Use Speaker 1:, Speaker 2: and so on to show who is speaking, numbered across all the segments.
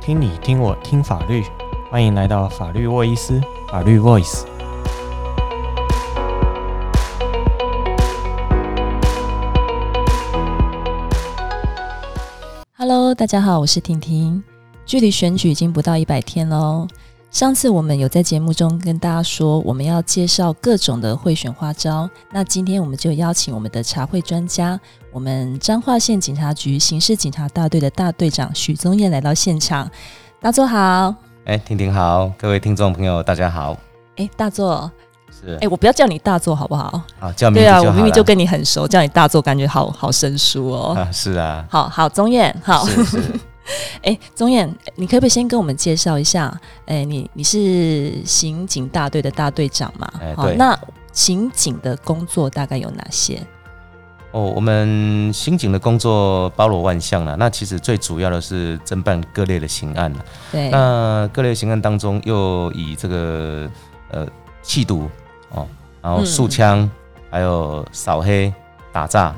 Speaker 1: 听你听我听法律，欢迎来到法律沃伊斯法律 Voice。
Speaker 2: Hello，大家好，我是婷婷。距离选举已经不到一百天喽。上次我们有在节目中跟大家说，我们要介绍各种的贿选花招。那今天我们就邀请我们的茶会专家，我们彰化县警察局刑事警察大队的大队长许宗彦来到现场。大作好，
Speaker 3: 哎，婷婷好，各位听众朋友，大家好，
Speaker 2: 哎，大作，
Speaker 3: 是
Speaker 2: 哎，我不要叫你大作好不好？
Speaker 3: 好叫名
Speaker 2: 对
Speaker 3: 字
Speaker 2: 啊，我
Speaker 3: 就好
Speaker 2: 明明
Speaker 3: 了
Speaker 2: 就跟你很熟，叫你大作感觉好好生疏哦。
Speaker 3: 啊是啊，
Speaker 2: 好好，宗彦，好，
Speaker 3: 是 是，
Speaker 2: 哎，宗彦，你可不可以先跟我们介绍一下？哎，你你是刑警大队的大队长嘛？
Speaker 3: 哎
Speaker 2: 好，
Speaker 3: 对
Speaker 2: 那刑警的工作大概有哪些？
Speaker 3: 哦，我们刑警的工作包罗万象啊了，那其实最主要的是侦办各类的刑案了。
Speaker 2: 对，
Speaker 3: 那各类刑案当中，又以这个呃弃毒哦，然后
Speaker 2: 嗯
Speaker 3: 速枪，还有扫黑、打诈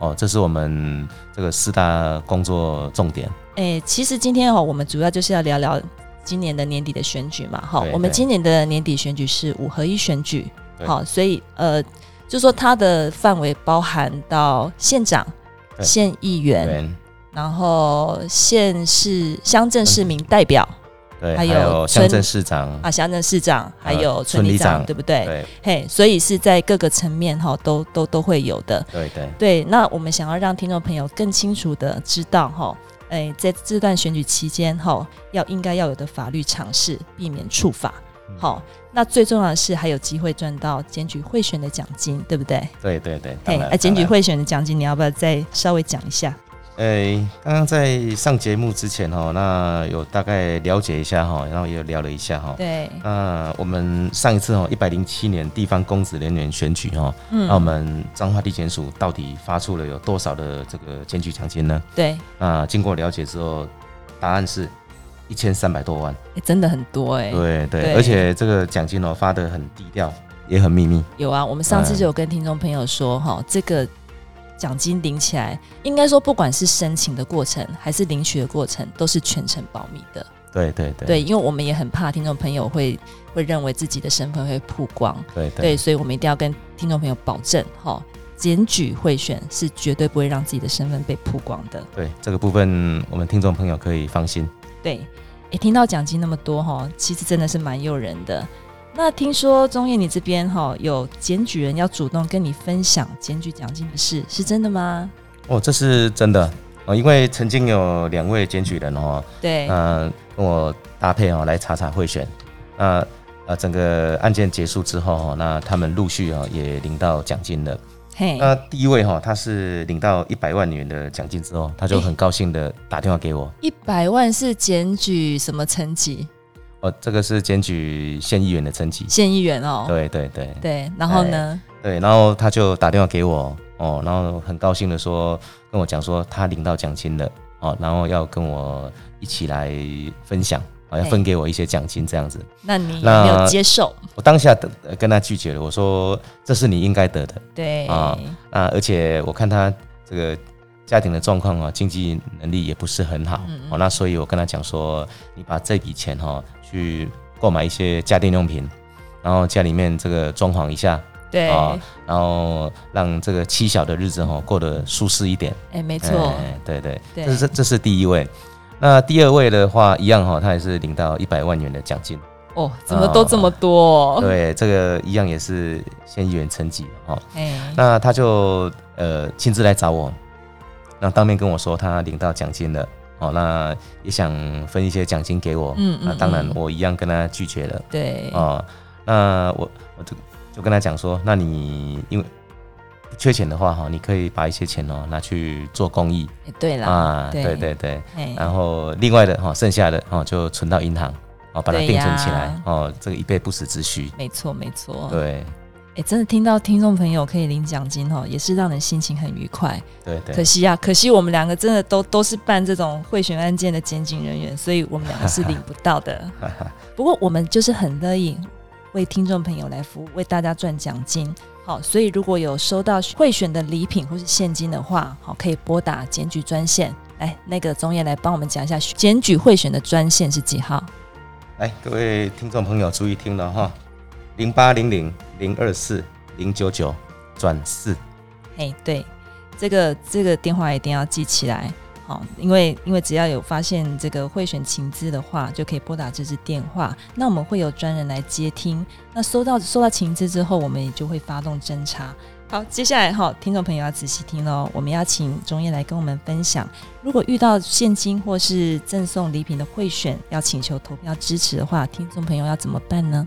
Speaker 3: 哦，这是我们这个四大工作重点。
Speaker 2: 哎，其实今天哈、哦，我们主要就是要聊聊今年的年底的选举嘛。哈
Speaker 3: 对，
Speaker 2: 我们
Speaker 3: 对
Speaker 2: 今年的年底选举是五合一选举，
Speaker 3: 对
Speaker 2: 好，所以呃，就说它的范围包含到县长、
Speaker 3: 对
Speaker 2: 县议员，
Speaker 3: 对
Speaker 2: 然后县市、乡镇市民代表。
Speaker 3: 对，
Speaker 2: 还
Speaker 3: 还
Speaker 2: 有
Speaker 3: 有
Speaker 2: 村
Speaker 3: 乡镇市长，
Speaker 2: 啊，乡镇市长还
Speaker 3: 呃
Speaker 2: 有村
Speaker 3: 村
Speaker 2: 里
Speaker 3: 里
Speaker 2: 长，
Speaker 3: 长
Speaker 2: 对不对？
Speaker 3: 对
Speaker 2: 嘿，所以是在各个层面哈，都都都会有的。
Speaker 3: 对对。
Speaker 2: 对，那我们想要让听众朋友更清楚的知道哈，哎，在这段选举期间哈，要应该要有的法律常识，避免触法。
Speaker 3: 嗯
Speaker 2: 好，那最重要的是还有机会赚到检举贿选的奖金，对不对？
Speaker 3: 对对对，
Speaker 2: 嘿，
Speaker 3: 当然
Speaker 2: 啊，检举
Speaker 3: 当然
Speaker 2: 贿选的奖金，你要不要再稍微讲一下？
Speaker 3: 诶，哎刚刚在上节目之前哦，那有大概了解一下哈，然后也有聊了一下哈。
Speaker 2: 对，
Speaker 3: 那我们上一次哦，一百零七年地方公职人员选举哈，那我
Speaker 2: 嗯，
Speaker 3: 们彰化地检署到底发出了有多少的这个检举奖金呢？
Speaker 2: 嗯对，
Speaker 3: 那经过了解之后，答案是一千三百多万。
Speaker 2: 哎真的很多哎、
Speaker 3: 对
Speaker 2: 对
Speaker 3: 对，而且这个奖金哦发的很低调，也很秘密。
Speaker 2: 有啊，我们上次就有跟听众朋友说哈、这个奖金领起来，应该说不管是申请的过程还是领取的过程，都是全程保密的。
Speaker 3: 对对对
Speaker 2: 对，因为我们也很怕听众朋友会会认为自己的身份会曝光，
Speaker 3: 对
Speaker 2: 对，所以我们一定要跟听众朋友保证哈、检举贿选是绝对不会让自己的身份被曝光的。
Speaker 3: 对，这个部分我们听众朋友可以放心。
Speaker 2: 对，也听到奖金那么多哈，其实真的是蛮诱人的。那听说钟燕你这边哈有检举人要主动跟你分享检举奖金的事，是真的吗？
Speaker 3: 哦，这是真的哦，因为曾经有两位检举人哦，
Speaker 2: 对，
Speaker 3: 呃，跟我搭配哦来查查贿选，那呃整个案件结束之后哦，那他们陆续哦也领到奖金了。
Speaker 2: 嘿，
Speaker 3: 那第一位哈、哦，他是领到一百万元的奖金之后，他就很高兴的打电话给我，
Speaker 2: 一百万是检举什么层级？
Speaker 3: 哦，这个是检举县议员的成绩，
Speaker 2: 县议员哦，
Speaker 3: 对对对哎
Speaker 2: 对，然后呢？
Speaker 3: 对，然后他就打电话给我哦，然后很高兴的说跟我讲说他领到奖金了哦，然后要跟我一起来分享啊、哦，要分给我一些奖金这样子。
Speaker 2: 那你有
Speaker 3: 那
Speaker 2: 没有接受？
Speaker 3: 我当下的呃跟他拒绝了，我说这是你应该得的
Speaker 2: 对，
Speaker 3: 啊啊，而且我看他这个家庭的状况啊，经济能力也不是很好、
Speaker 2: 嗯
Speaker 3: 哦，那所以我跟他讲说，你把这笔钱哈、哦、去购买一些家电用品，然后家里面这个装潢一下。
Speaker 2: 对，哎、
Speaker 3: 啊然后让这个妻小的日子哦过得舒适一点。
Speaker 2: 没
Speaker 3: 没
Speaker 2: 错，
Speaker 3: 对对，
Speaker 2: 对
Speaker 3: 哎这是这是第一位。那第二位的话，一样哈、哦，他也是领到一百万元的奖金。
Speaker 2: 哦，怎么都这么多？
Speaker 3: 啊对，这个一样也是县议员层级的哦。
Speaker 2: 哎，
Speaker 3: 那他就呃亲自来找我，那当面跟我说他领到奖金了。哦，那也想分一些奖金给我，
Speaker 2: 嗯嗯
Speaker 3: 那当然
Speaker 2: 嗯
Speaker 3: 我一样跟他拒绝了。
Speaker 2: 对，
Speaker 3: 哦，那我我就就跟他讲说，那你因为不缺钱的话哈，你可以把一些钱哦拿去做公益
Speaker 2: 哎对啦，
Speaker 3: 啊，
Speaker 2: 对
Speaker 3: 对对对，
Speaker 2: 哎、
Speaker 3: 然后另外的哈，剩下的哈就存到银行哦，把它
Speaker 2: 对
Speaker 3: 定存起来
Speaker 2: 呀
Speaker 3: 哦，这个以备不时之需。
Speaker 2: 没错，没错，
Speaker 3: 对
Speaker 2: 哎、真的听到听众朋友可以领奖金哦，也是让人心情很愉快。
Speaker 3: 对
Speaker 2: 可
Speaker 3: 对，
Speaker 2: 惜啊，可惜我们两个真的都都是办这种贿选案件的检警人员，所以我们两个是领不到的。不过我们就是很乐意为听众朋友来服务，为大家赚奖金。好，所以如果有收到贿选的礼品或是现金的话，好，可以拨打检举专线来，那个总也来帮我们讲一下检举贿选的专线是几号？
Speaker 3: 来，哎各位听众朋友注意听了哈，零八零零零二四零九九转四，
Speaker 2: 哎，对，这个这个电话一定要记起来，好、因为因为只要有发现这个贿选情资的话，就可以拨打这支电话。那我们会有专人来接听。那收到收到情资之后，我们也就会发动侦查。好，接下来哈、听众朋友要仔细听喽。我们要请钟业来跟我们分享，如果遇到现金或是赠送礼品的贿选，要请求投票支持的话，听众朋友要怎么办呢？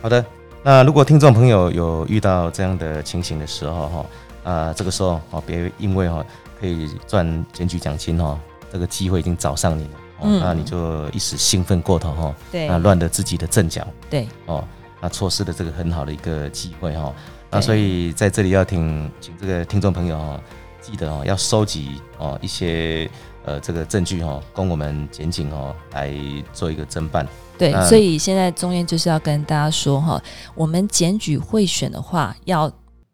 Speaker 3: 好的，那如果听众朋友有遇到这样的情形的时候哈，啊，这个时候哦，别因为哈可以赚检举奖金哦，这个机会已经找上你了，哦
Speaker 2: 嗯
Speaker 3: 那你就一时兴奋过头哈，
Speaker 2: 对
Speaker 3: 那啊乱了自己的阵脚
Speaker 2: 对，
Speaker 3: 哦，那错失了这个很好的一个机会哈。那
Speaker 2: 对
Speaker 3: 所以在这里要请请这个听众朋友哦，记得哦要收集哦一些呃这个证据哦，供我们检警哦来做一个侦办。
Speaker 2: 对，
Speaker 3: 嗯
Speaker 2: 所以现在中院就是要跟大家说哈，我们检举贿选的话，要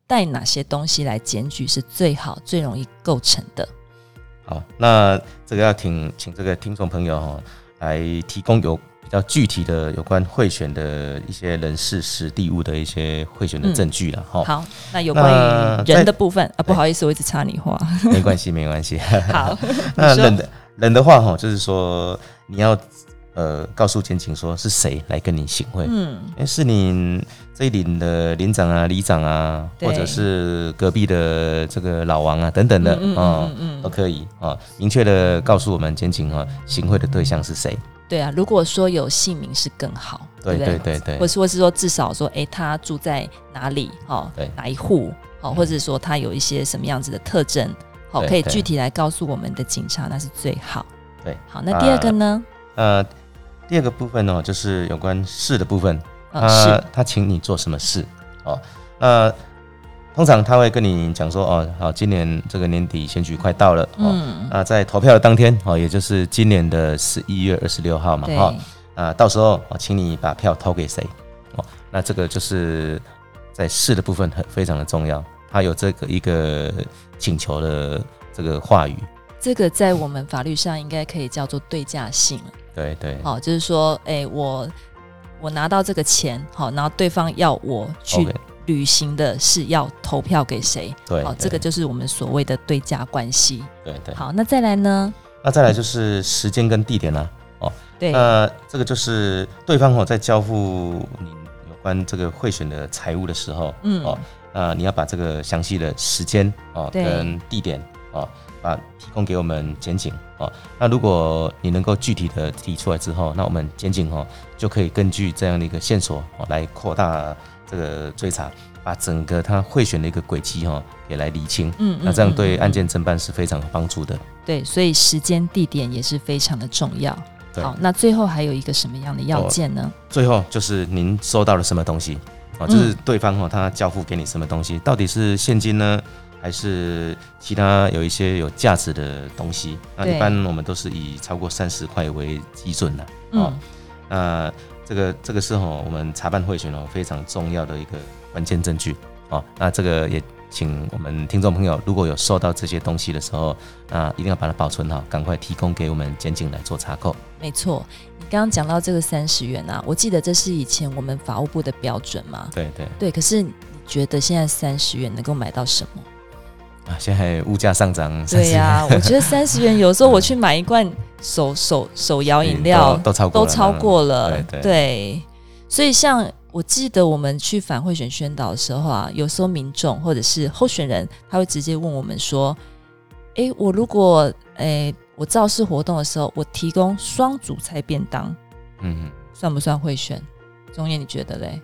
Speaker 2: 带哪些东西来检举是最好、最容易构成的？
Speaker 3: 好，那这个要请请这个听众朋友哈、哦、来提供有比较具体的有关贿选的一些人事、实地物的一些贿选的证据了哈、
Speaker 2: 嗯好，那有关于人
Speaker 3: 哦在
Speaker 2: 的部分啊，不好意思，我一直插你 话。
Speaker 3: 没关系，没关 系。
Speaker 2: 好，
Speaker 3: 那
Speaker 2: 你说
Speaker 3: 冷的冷的话哈、就是说你要呃告诉检警说是谁来跟你行贿，
Speaker 2: 嗯，
Speaker 3: 诶是你这一领的领长啊、里长啊，
Speaker 2: 对
Speaker 3: 或者是隔壁的这个老王啊等等的啊、
Speaker 2: 嗯嗯
Speaker 3: 哦
Speaker 2: 嗯嗯
Speaker 3: 都可以啊、哦明确的告诉我们检警啊行贿的对象是谁。
Speaker 2: 对啊，如果说有姓名是更好，
Speaker 3: 对
Speaker 2: 不
Speaker 3: 对对对
Speaker 2: 或，是或是说至少说，诶，他住在哪里？哦
Speaker 3: 对，嗯
Speaker 2: 哪一户？哦，或者说他有一些什么样子的特征？好、
Speaker 3: 对
Speaker 2: 可以
Speaker 3: 对
Speaker 2: 具体来告诉我们的警察，那是最好。
Speaker 3: 对，
Speaker 2: 好，那第二个呢？
Speaker 3: 呃，第二个部分呢、就是有关事的部分，
Speaker 2: 呃，
Speaker 3: 他
Speaker 2: 是，
Speaker 3: 他请你做什么事哦？那通常他会跟你讲说，哦，好，今年这个年底选举快到了，哦，
Speaker 2: 嗯，
Speaker 3: 那在投票的当天，哦，也就是今年的十一月二十六号嘛，
Speaker 2: 对，
Speaker 3: 哈、啊，到时候哦，请你把票投给谁？哦，那这个就是在事的部分很非常的重要，他有这个一个请求的这个话语，
Speaker 2: 这个在我们法律上应该可以叫做对价性了。
Speaker 3: 对对，
Speaker 2: 好、就是说，诶，我我拿到这个钱，好、然后对方要我去
Speaker 3: OK，
Speaker 2: 履行的是要投票给谁？
Speaker 3: 对，
Speaker 2: 好、
Speaker 3: 对
Speaker 2: 这个就是我们所谓的对价关系。
Speaker 3: 对对。
Speaker 2: 好，那再来呢？
Speaker 3: 那再来就是时间跟地点啦、
Speaker 2: 对，
Speaker 3: 那这个就是对方哦，在交付你有关这个贿选的财物的时候，
Speaker 2: 嗯，
Speaker 3: 哦那你要把这个详细的时间哦
Speaker 2: 对
Speaker 3: 跟地点哦，把提供给我们检警哦。那如果你能够具体的提出来之后，那我们检警哦就可以根据这样的一个线索哦来扩大这个追查，把整个他贿选的一个轨迹哦也来厘清。
Speaker 2: 嗯，嗯
Speaker 3: 那这样对
Speaker 2: 嗯
Speaker 3: 案件侦办是非常有帮助的。
Speaker 2: 对，所以时间地点也是非常的重要。
Speaker 3: 对
Speaker 2: 好，那最后还有一个什么样的要件呢？
Speaker 3: 最后就是您收到了什么东西哦，就是
Speaker 2: 嗯
Speaker 3: 对方哦，他交付给你什么东西，到底是现金呢，还是其他有一些有价值的东西？那
Speaker 2: 对
Speaker 3: 一般我们都是以超过三十块为基准的哦。
Speaker 2: 嗯，
Speaker 3: 那这个这个是哦，我们查办贿选哦非常重要的一个关键证据哦。那这个也请我们听众朋友，如果有收到这些东西的时候，那一定要把它保存好，赶快提供给我们检警来做查扣。
Speaker 2: 没错。你刚刚讲到这个三十元啊，我记得这是以前我们法务部的标准嘛。
Speaker 3: 对对
Speaker 2: 对，可是你觉得现在三十元能够买到什么？
Speaker 3: 啊，现在物价上涨，
Speaker 2: 对
Speaker 3: 30
Speaker 2: 呀、我觉得三十元有时候我去买一罐手手手摇饮料
Speaker 3: 嗯都都超过
Speaker 2: 都
Speaker 3: 了
Speaker 2: 超过了，
Speaker 3: 嗯对对
Speaker 2: 所以像我记得我们去反贿选宣导的时候啊，有时候民众或者是候选人，他会直接问我们说：“诶，我如果诶我造势活动的时候，我提供双主菜便当，
Speaker 3: 嗯，
Speaker 2: 算不算贿选？”钟燕，你觉得嘞？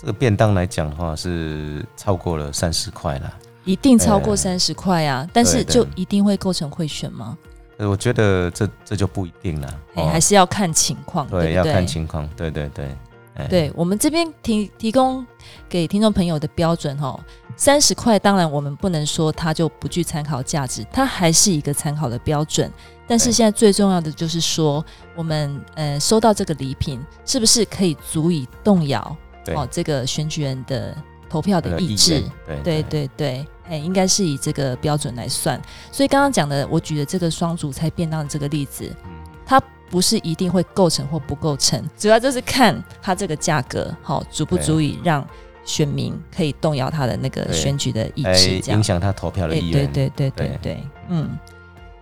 Speaker 3: 这个便当来讲的话是超过了三十块啦。
Speaker 2: 一定超过
Speaker 3: 呃
Speaker 2: 三十块啊，但是
Speaker 3: 对
Speaker 2: 就
Speaker 3: 对
Speaker 2: 一定会构成贿选吗？
Speaker 3: 呃，我觉得这这就不一定啦，
Speaker 2: 诶哎还是要看情况，
Speaker 3: 哦对
Speaker 2: 不
Speaker 3: 要
Speaker 2: 对
Speaker 3: 看情况，对对对，哎，
Speaker 2: 对我们这边提提供给听众朋友的标准哈，三十块，当然我们不能说它就不具参考价值，它还是一个参考的标准。但是
Speaker 3: 对
Speaker 2: 现在最重要的就是说，我们呃收到这个礼品，是不是可以足以动摇
Speaker 3: 对
Speaker 2: 这个选举人的投票
Speaker 3: 那
Speaker 2: 的
Speaker 3: 个
Speaker 2: 意
Speaker 3: 意
Speaker 2: 志
Speaker 3: 见。，呃
Speaker 2: 对
Speaker 3: 对
Speaker 2: 对对，哎，应该是以这个标准来算。所以刚刚讲的，我举的这个双主菜便当的这个例子，
Speaker 3: 嗯
Speaker 2: 它不是一定会构成或不构成，主要就是看它这个价格，好、足不
Speaker 3: 对
Speaker 2: 足以让选民可以动摇他的那个
Speaker 3: 对
Speaker 2: 选举的意
Speaker 3: 来
Speaker 2: 志，这样
Speaker 3: 哎影。响他投票的
Speaker 2: 对
Speaker 3: 意
Speaker 2: 对
Speaker 3: 愿。
Speaker 2: 对对对
Speaker 3: 对
Speaker 2: 对，嗯。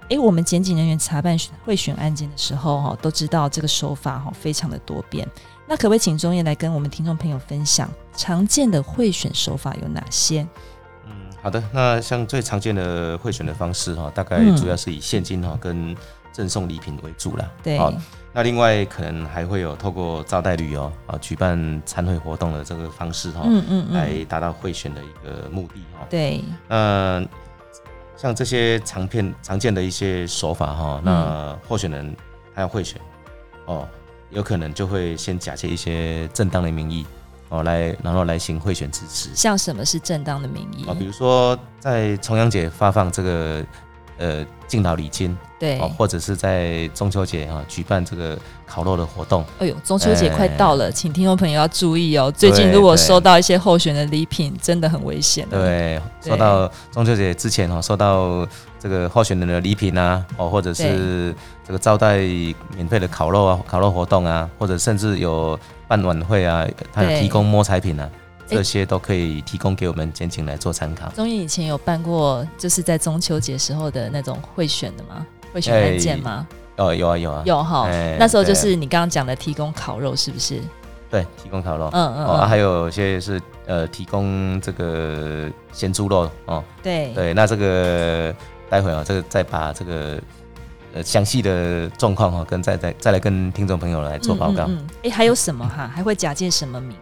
Speaker 2: 诶，我们检警人员查办选贿选案件的时候，哈，都知道这个手法哈非常的多变。那可不可以请钟业来跟我们听众朋友分享常见的贿选手法有哪些？
Speaker 3: 嗯，好的。那像最常见的贿选的方式哈，大概
Speaker 2: 嗯
Speaker 3: 主要是以现金哈跟赠送礼品为主啦。
Speaker 2: 对，
Speaker 3: 好那另外可能还会有透过招待旅游啊，举办参会活动的这个方式哈，
Speaker 2: 嗯嗯嗯，
Speaker 3: 来达到贿选的一个目的哈。
Speaker 2: 对，
Speaker 3: 那像这些常见常见的一些手法
Speaker 2: 嗯
Speaker 3: 哈，那候选人他要贿选哦，有可能就会先假借一些正当的名义哦来，然后来行贿选支持
Speaker 2: 像什么是正当的名义
Speaker 3: 啊、？哦，比如说在重阳节发放这个呃敬老礼金
Speaker 2: 对，
Speaker 3: 哦，或者是在中秋节哈、举办这个烤肉的活动。
Speaker 2: 哎呦，中秋节快到
Speaker 3: 哎
Speaker 2: 了，请听众朋友要注意哦。最
Speaker 3: 对
Speaker 2: 近如果
Speaker 3: 对
Speaker 2: 收到一些候选的礼品，真的很危险。，啊
Speaker 3: 对，
Speaker 2: 对
Speaker 3: 收到中秋节之前哦，收到这个候选人的礼品啊，哦，或者是这个招待免费的烤肉啊、烤肉活动啊，或者甚至有办晚会啊，他有
Speaker 2: 对
Speaker 3: 提供摸彩品啊，
Speaker 2: 诶
Speaker 3: 这些都可以提供给我们监警来做参考。
Speaker 2: 钟业以前有办过，就是在中秋节时候的那种贿选的吗？贿选案件吗？
Speaker 3: 哦，有啊，有啊，
Speaker 2: 有哈
Speaker 3: 哎，
Speaker 2: 那时候就是你刚刚讲的提供烤肉，是不是？
Speaker 3: 对，提供烤肉。
Speaker 2: 嗯嗯
Speaker 3: 哦，啊
Speaker 2: 嗯，
Speaker 3: 还有些是呃提供这个咸猪肉哦，
Speaker 2: 对
Speaker 3: 对，那这个待会啊、哦，这个再把这个呃详细的状况哈、哦，跟再再再来跟听众朋友来做报告。
Speaker 2: 嗯，哎，诶还有什么哈？还会假借什么名？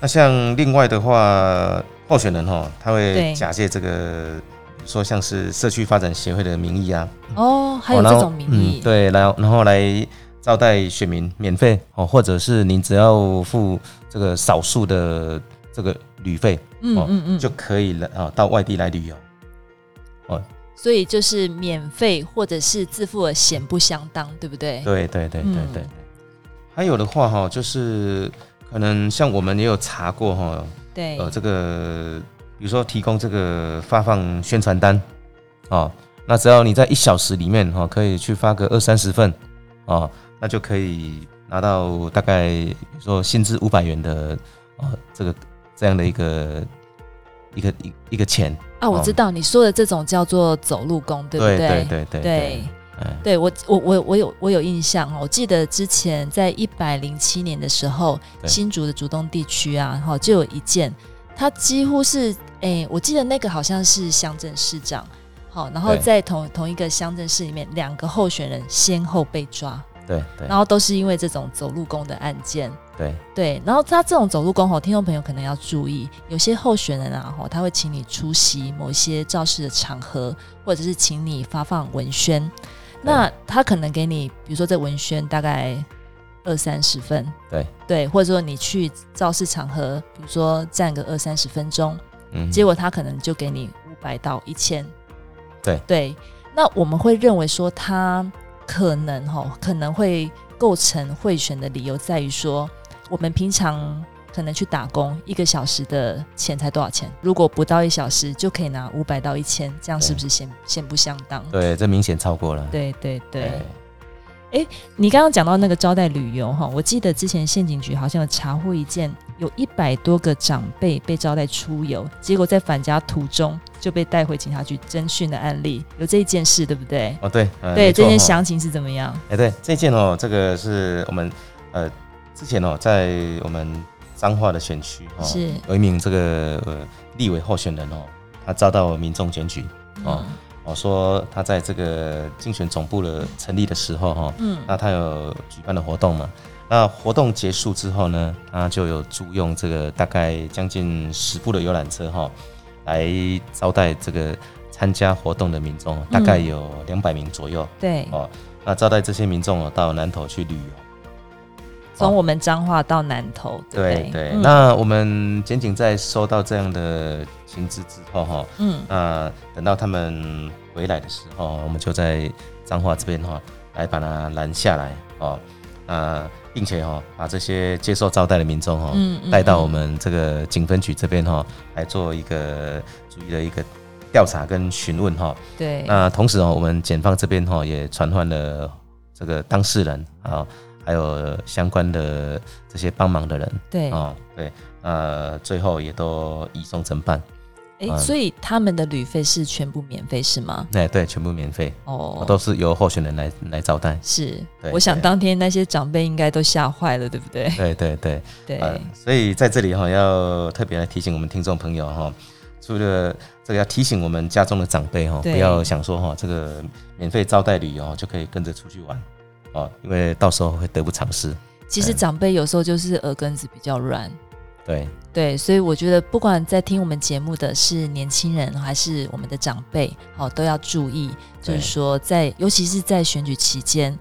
Speaker 3: 那像另外的话，候选人哦，他
Speaker 2: 对
Speaker 3: 会假借这个，比如说像是社区发展协会的名义啊，
Speaker 2: 哦，还有
Speaker 3: 哦然
Speaker 2: 这
Speaker 3: 后
Speaker 2: 种名义
Speaker 3: 嗯，，对，然后然后来招待选民免费哦，或者是您只要付这个少数的这个旅费、
Speaker 2: 嗯
Speaker 3: 哦
Speaker 2: 嗯嗯
Speaker 3: 就，可以了啊、到外地来旅游。
Speaker 2: 所以就是免费或者是自付的显不相当，对不对？
Speaker 3: 对对对对
Speaker 2: 嗯
Speaker 3: 对。还有的话哈、就是可能像我们也有查过哈、
Speaker 2: 对
Speaker 3: 呃，这个比如说提供这个发放宣传单，哦，那只要你在一小时里面哈、哦，可以去发个二三十份，哦，那就可以拿到大概比如说薪资五百元的哦，这个这样的一个一个一一个钱，
Speaker 2: 啊，我
Speaker 3: 哦
Speaker 2: 知道你说的这种叫做走路工，对不
Speaker 3: 对
Speaker 2: 对
Speaker 3: 对对
Speaker 2: 对
Speaker 3: 对，嗯，
Speaker 2: 对我我我我有我有印象哦，我记得之前在一百零七年的时候，
Speaker 3: 对
Speaker 2: 新竹的竹东地区啊，哈、就有一件，它几乎是诶，我记得那个好像是乡镇市长，好、然后
Speaker 3: 对
Speaker 2: 在同同一个乡镇市里面，两个候选人先后被抓，
Speaker 3: 对对
Speaker 2: 然后都是因为这种走路工的案件。
Speaker 3: 对
Speaker 2: 对，然后他这种走路工吼，听众朋友可能要注意，有些候选人啊吼，他会请你出席某一些造势的场合，或者是请你发放文宣。那他可能给你，比如说这文宣大概二三十分，
Speaker 3: 对
Speaker 2: 对，或者说你去造势场合，比如说站个二三十分钟，
Speaker 3: 嗯，
Speaker 2: 结果他可能就给你五百到一千。
Speaker 3: 对
Speaker 2: 对，那我们会认为说他可能哈、可能会构成贿选的理由在于说，我们平常可能去打工一个小时的钱才多少钱？如果不到一小时就可以拿五百到一千，这样是不是显显不相当？
Speaker 3: 对，这明显超过了，
Speaker 2: 对对对，
Speaker 3: 哎
Speaker 2: 你刚刚讲到那个招待旅游哈，我记得之前县警局好像有查获一件，有一百多个长辈被招待出游，结果在返家途中就被带回警察局侦讯的案例，有这一件事对不对？
Speaker 3: 哦对，呃
Speaker 2: 对
Speaker 3: 没
Speaker 2: 这
Speaker 3: 错
Speaker 2: 件
Speaker 3: 哈
Speaker 2: 详情是怎么样？
Speaker 3: 哎、对，这件哦，这个是我们呃之前哦，在我们彰化的选区哦，
Speaker 2: 是
Speaker 3: 有一名这个呃立委候选人哦，他遭到民众检举哦，我、说他在这个竞选总部的成立的时候哈、哦，
Speaker 2: 嗯，
Speaker 3: 那他有举办的活动嘛，那活动结束之后呢，他就有租用这个大概将近十部的游览车哈、哦，来招待这个参加活动的民众哦，大概
Speaker 2: 嗯
Speaker 3: 有两百名左右。
Speaker 2: 对，
Speaker 3: 哦那招待这些民众哦到南投去旅游。
Speaker 2: 从我们彰化到南投，对
Speaker 3: 对
Speaker 2: 不
Speaker 3: 对，
Speaker 2: 嗯
Speaker 3: 那我们检警在收到这样的情资之后哈、
Speaker 2: 嗯
Speaker 3: 那等到他们回来的时候，我们就在彰化这边哈、来把它拦下来哦。呃，并且哈、把这些接受招待的民众哈、
Speaker 2: 嗯嗯
Speaker 3: 带到我们这个警分局这边哈、来做一个逐一的一个调查跟询问哈、
Speaker 2: 嗯对，
Speaker 3: 那同时哦，我们检方这边哈、也传唤了这个当事人啊，还有相关的这些帮忙的人
Speaker 2: 对，
Speaker 3: 啊，对，呃，最后也都移送侦办，
Speaker 2: 哎、
Speaker 3: 嗯
Speaker 2: 所以他们的旅费是全部免费是吗？
Speaker 3: 哎，对，全部免费，
Speaker 2: 哦，
Speaker 3: 都是由候选人来来招待。
Speaker 2: 是
Speaker 3: 对，
Speaker 2: 我想
Speaker 3: 对
Speaker 2: 当天那些长辈应该都吓坏了，对不对？
Speaker 3: 对对对，
Speaker 2: 对，
Speaker 3: 呃，所以在这里哈、要特别来提醒我们听众朋友哈、除了这个要提醒我们家中的长辈哈、哦
Speaker 2: 对
Speaker 3: 不要想说哈、这个免费招待旅游、哦就可以跟着出去玩哦，因为到时候会得不偿失。
Speaker 2: 其实
Speaker 3: 嗯
Speaker 2: 长辈有时候就是耳根子比较软。
Speaker 3: 对，
Speaker 2: 对，所以我觉得不管在听我们节目的是年轻人还是我们的长辈，好、都要注意，就
Speaker 3: 对
Speaker 2: 是说在尤其是在选举期间，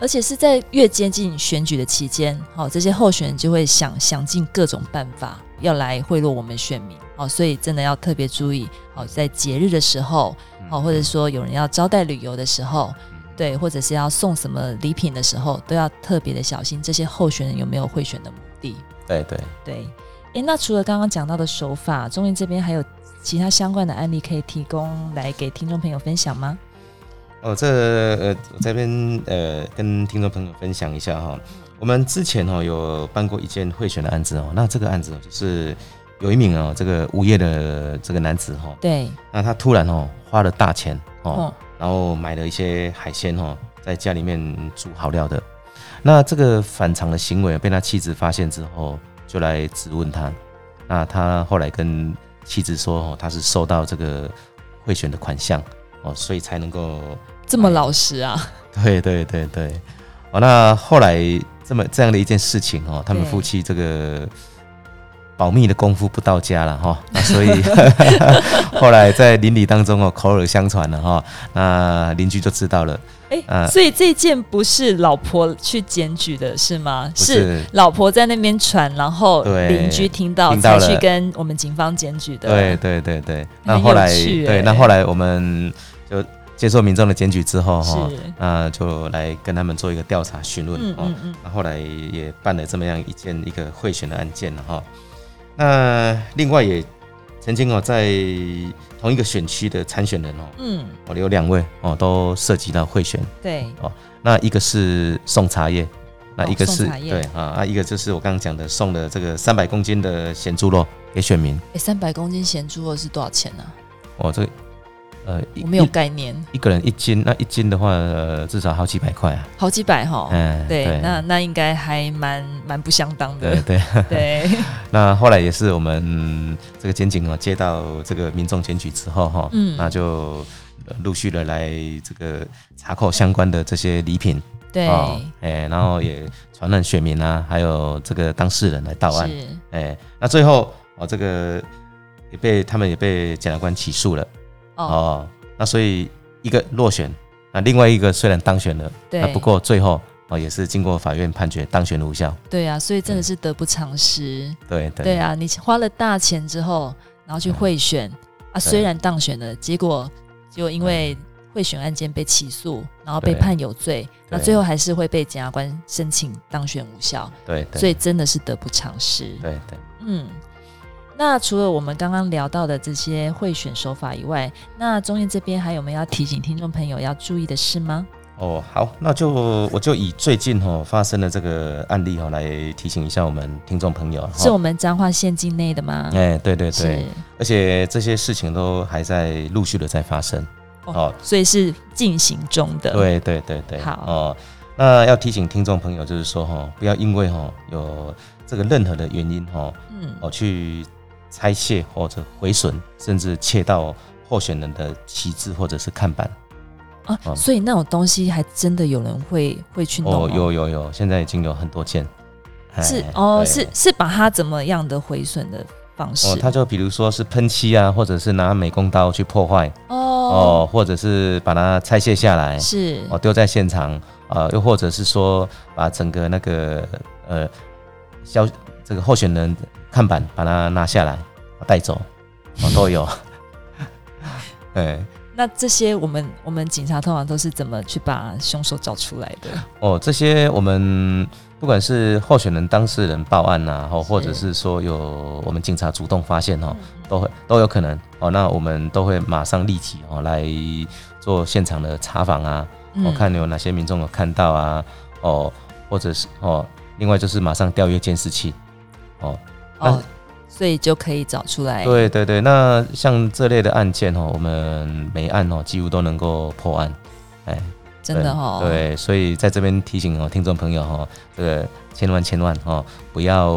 Speaker 2: 而且是在越接近选举的期间，好、这些候选人就会想想尽各种办法要来贿赂我们选民，好、所以真的要特别注意，好、在节日的时候，好、或者说有人要招待旅游的时候。对，或者是要送什么礼品的时候，都要特别的小心这些候选人有没有贿选的目的。
Speaker 3: 对对。
Speaker 2: 对，诶，那除了刚刚讲到的手法，中银这边还有其他相关的案例可以提供来给听众朋友分享吗？
Speaker 3: 哦，这呃，我这边呃，跟听众朋友分享一下哈、我们之前哦有办过一件贿选的案子哦，那这个案子哦就是有一名哦这个无业的这个男子哈、哦，
Speaker 2: 对，
Speaker 3: 那他突然哦花了大钱哦，
Speaker 2: 哦，
Speaker 3: 然后买了一些海鲜哦，在家里面煮好料的。那这个反常的行为被他妻子发现之后，就来质问他。那他后来跟妻子说哦，他是收到这个贿选的款项哦，所以才能够。
Speaker 2: 这
Speaker 3: 哎
Speaker 2: 么老实啊，
Speaker 3: 对对对对，哦，那后来这么这样的一件事情哦，他们
Speaker 2: 对
Speaker 3: 夫妻这个保密的功夫不到家了哈、那 所以 后来在邻里当中哦口耳相传了哈、哦那邻居就知道了，
Speaker 2: 诶，
Speaker 3: 呃
Speaker 2: 所以这件不是老婆去检举的是吗？
Speaker 3: 不是
Speaker 2: 老婆在那边传，然后
Speaker 3: 对
Speaker 2: 邻居听到
Speaker 3: 听到
Speaker 2: 才
Speaker 3: 了
Speaker 2: 去跟我们警方检举的。
Speaker 3: 对对对对，那
Speaker 2: 很
Speaker 3: 后
Speaker 2: 有
Speaker 3: 来、
Speaker 2: 趣欸
Speaker 3: 对，那后来我们就接受民众的检举之后哈、
Speaker 2: 是
Speaker 3: 那就来跟他们做一个调查询问
Speaker 2: 嗯
Speaker 3: 哦。
Speaker 2: 嗯嗯，
Speaker 3: 那后来也办了这么样一件一个贿选的案件了哈。那另外也曾经哦，在同一个选区的参选人哦，
Speaker 2: 嗯，
Speaker 3: 我有两位哦都涉及到贿选。
Speaker 2: 对，
Speaker 3: 那一个是送茶叶，那一个是、
Speaker 2: 送哦茶叶
Speaker 3: 对啊，啊一个就是我刚刚讲的送了这个三百公斤的咸猪肉给选民
Speaker 2: 诶，三百公斤咸猪肉是多少钱呢、啊？
Speaker 3: 哦，这呃一
Speaker 2: 我没有
Speaker 3: 一
Speaker 2: 概念，
Speaker 3: 一个人一斤，那一斤的话、呃、至少好几百块啊。
Speaker 2: 好几百哈。
Speaker 3: 嗯，
Speaker 2: 哦对，那那应该还蛮蛮不相当
Speaker 3: 对
Speaker 2: 的。
Speaker 3: 对。
Speaker 2: 对，
Speaker 3: 那后来也是我们嗯这个检警哦，接到这个民众检举之后哈、
Speaker 2: 嗯
Speaker 3: 那就呃陆续的来这个查扣相关的这些礼品
Speaker 2: 对，
Speaker 3: 哦哎、然后也传染选民啊，还有这个当事人来到案，
Speaker 2: 是，
Speaker 3: 哎、那最后哦，这个也被他们也被检察官起诉了哦
Speaker 2: 哦，
Speaker 3: 那所以一个落选，那另外一个虽然当选了，那
Speaker 2: 对，
Speaker 3: 啊不过最后哦也是经过法院判决当选无效，
Speaker 2: 对啊，所以真的
Speaker 3: 对
Speaker 2: 是得不偿失。
Speaker 3: 对对嗯
Speaker 2: 对啊，你花了大钱之后，然后去贿选啊，虽然当选了，结果就因为贿选案件被起诉，然后被
Speaker 3: 嗯对
Speaker 2: 判有罪，那
Speaker 3: 对
Speaker 2: 最后还是会被检察官申请当选无效，
Speaker 3: 对对，
Speaker 2: 所以真的是得不偿失。
Speaker 3: 对对。
Speaker 2: 嗯，那除了我们刚刚聊到的这些贿选手法以外，那中院这边还有没有要提醒听众朋友要注意的事吗？
Speaker 3: 哦，好，那就我就以最近哦发生的这个案例哦来提醒一下我们听众朋友哈。
Speaker 2: 是我们彰化县境内的吗？
Speaker 3: 哎，对对对
Speaker 2: 是，，
Speaker 3: 而且这些事情都还在陆续的在发生。
Speaker 2: 哦
Speaker 3: 哦，
Speaker 2: 所以是进行中的。，
Speaker 3: 对对对对，
Speaker 2: 好
Speaker 3: 哦，那要提醒听众朋友就是说哈、哦，不要因为哈、哦、有这个任何的原因哈、哦，
Speaker 2: 嗯，
Speaker 3: 哦去拆卸或者毁损，甚至窃盗候选人的旗帜或者是看板。
Speaker 2: 啊，
Speaker 3: 哦
Speaker 2: 所以那种东西还真的有人会会去弄、
Speaker 3: 哦，有有有，现在已经有很多件。哎
Speaker 2: 是哦，
Speaker 3: 对
Speaker 2: 是是把它怎么样的毁损的方式？
Speaker 3: 哦，他就比如说是喷漆啊，或者是拿美工刀去破坏哦
Speaker 2: 哦
Speaker 3: 或者是把它拆卸下来
Speaker 2: 是
Speaker 3: 哦，丢在现场，呃，又或者是说把整个那个呃消这个候选人看板把它拿下来带走，哦，都有。对，
Speaker 2: 那这些我们我们警察通常都是怎么去把凶手找出来的？
Speaker 3: 哦，这些我们不管是候选人、当事人报案呐、哦，或者是说有我们警察主动发现哦，都会都有可能哦。那我们都会马上立即哦来做现场的查访啊，
Speaker 2: 嗯
Speaker 3: 我、哦、看有哪些民众有看到啊，哦，或者是哦，另外就是马上调阅监视器哦。那
Speaker 2: 哦，所以就可以找出来。
Speaker 3: 对对对，那像这类的案件哦，我们每案哦几乎都能够破案，哎，
Speaker 2: 真的哦，
Speaker 3: 对，所以在这边提醒哦，听众朋友哦，这个千万千万哦，不要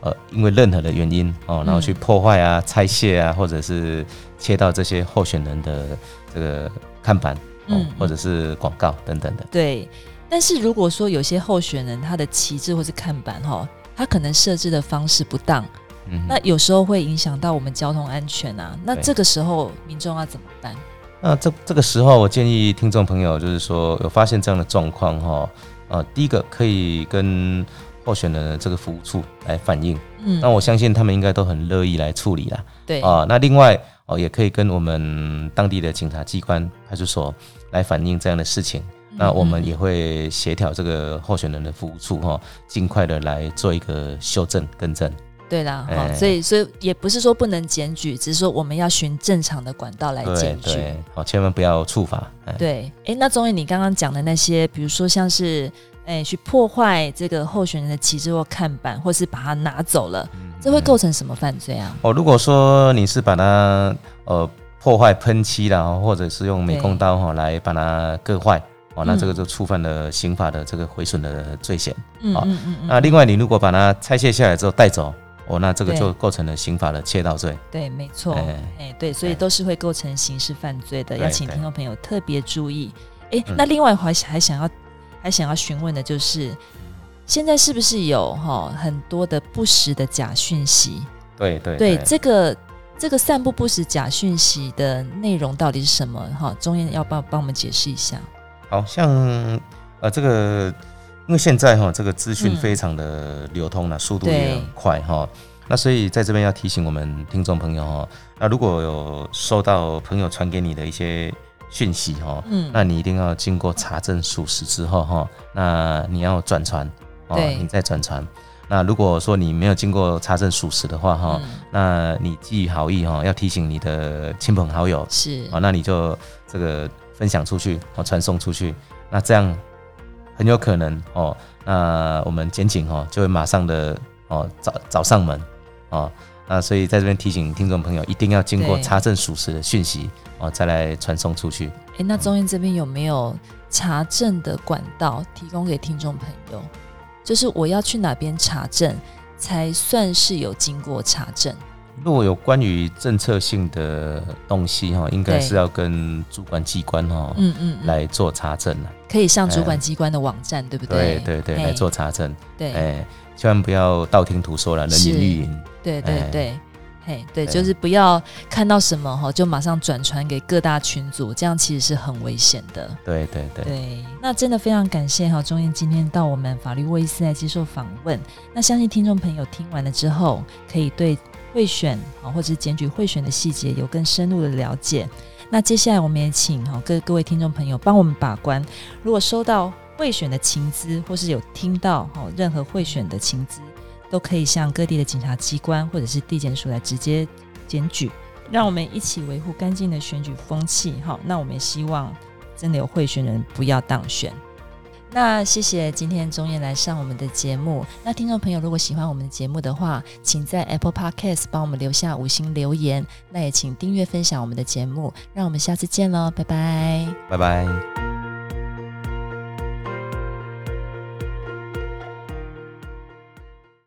Speaker 3: 呃因为任何的原因
Speaker 2: 嗯
Speaker 3: 哦，然后去破坏啊、拆卸啊，或者是切到这些候选人的这个看板，哦
Speaker 2: 嗯嗯嗯
Speaker 3: 或者是广告等等的。
Speaker 2: 对，但是如果说有些候选人他的旗帜或是看板哈，他可能设置的方式不当，
Speaker 3: 嗯，
Speaker 2: 那有时候会影响到我们交通安全啊。那
Speaker 3: 对
Speaker 2: 这个时候民众要怎么办？
Speaker 3: 那这这个时候，我建议听众朋友就是说，有发现这样的状况哈，呃，第一个可以跟候选人的这个服务处来反映，那
Speaker 2: 嗯，
Speaker 3: 我相信他们应该都很乐意来处理啦。
Speaker 2: 对，
Speaker 3: 啊、那另外哦，也可以跟我们当地的警察机关、派出所来反映这样的事情。
Speaker 2: 嗯
Speaker 3: 那我们也会协调这个候选人的服务处哈、尽快的来做一个修正更正。
Speaker 2: 对啦，哈、
Speaker 3: 哎
Speaker 2: 所以所以也不是说不能检举，只是说我们要循正常的管道来
Speaker 3: 对
Speaker 2: 检举。
Speaker 3: 对，哦，千万不要处罚。哎，
Speaker 2: 对，哎，那钟伟，你刚刚讲的那些，比如说像是，哎，去破坏这个候选人的旗帜或看板，或是把它拿走了，
Speaker 3: 嗯
Speaker 2: 这会构成什么犯罪啊？
Speaker 3: 哦，如果说你是把它呃破坏喷漆啦，或者是用美工刀哈、来把它割坏。哦，那这个就触犯了刑法的这个毁损的罪嫌。
Speaker 2: 嗯
Speaker 3: 好
Speaker 2: 嗯嗯嗯，
Speaker 3: 那另外，你如果把它拆卸下来之后带走，哦，那这个
Speaker 2: 对
Speaker 3: 就构成了刑法的窃盗罪。
Speaker 2: 对，没错，
Speaker 3: 哎
Speaker 2: 哎，对，所以
Speaker 3: 哎
Speaker 2: 都是会构成刑事犯罪的，
Speaker 3: 对
Speaker 2: 要请
Speaker 3: 对嗯
Speaker 2: 听众朋友特别注意。哎，那另外还还想要还想要询问的就是，现在是不是有哈、很多的不实的假讯息？
Speaker 3: 对对
Speaker 2: 对这个这个散布不实假讯息的内容到底是什么？哈，钟燕要帮帮我们解释一下。
Speaker 3: 好像呃这个，因为现在哈、这个资讯
Speaker 2: 嗯
Speaker 3: 非常的流通了、速度
Speaker 2: 对
Speaker 3: 也很快哈、那所以在这边要提醒我们听众朋友哈、那如果有收到朋友传给你的一些讯息哈、
Speaker 2: 嗯
Speaker 3: 那你一定要经过查证属实之后哈、那你要转传哦，
Speaker 2: 对
Speaker 3: 你再转传。那如果说你没有经过查证属实的话哈、
Speaker 2: 嗯
Speaker 3: 那你基于好意哈、要提醒你的亲朋好友
Speaker 2: 是
Speaker 3: 哦，那你就这个分享出去哦，传送出去，那这样很有可能哦，那我们检警哦就会马上的哦找找上门哦，那所以在这边提醒听众朋友，一定要经过
Speaker 2: 对
Speaker 3: 查证属实的讯息哦，再来传送出去。
Speaker 2: 哎、那中院这边有没有查证的管道提供给听众朋友？就是我要去哪边查证，才算是有经过查证？
Speaker 3: 如果有关于政策性的东西哈、哦，应该
Speaker 2: 对
Speaker 3: 是要跟主管机关哦、
Speaker 2: 嗯嗯，嗯
Speaker 3: 来做查证了。
Speaker 2: 可以上主管机关的网站，对不
Speaker 3: 对
Speaker 2: 对？
Speaker 3: 对对，
Speaker 2: 哎
Speaker 3: 来做查证。
Speaker 2: 对、
Speaker 3: 哎，千万不要道听途说了，人
Speaker 2: 是
Speaker 3: 云亦云。
Speaker 2: 对对
Speaker 3: 哎
Speaker 2: 对。嘿，对，
Speaker 3: 哎
Speaker 2: 就是不要看到什么哈，就马上转传给各大群组，这样其实是很危险的。
Speaker 3: 对对对。
Speaker 2: 对，那真的非常感谢哈，钟燕今天到我们法律卫斯来接受访问。那相信听众朋友听完了之后，可以对贿选啊或者是检举贿选的细节有更深入的了解。那接下来我们也请哈各各位听众朋友帮我们把关，如果收到贿选的情资，或是有听到哈任何贿选的情资，都可以向各地的警察机关或者是地检署来直接检举。让我们一起维护干净的选举风气，哈。那我们也希望真的有贿选人不要当选。那谢谢今天钟燕来上我们的节目。那听众朋友如果喜欢我们的节目的话，请在 Apple Podcast 帮我们留下五星留言，那也请订阅分享我们的节目。让我们下次见喽，拜拜。
Speaker 3: 拜拜。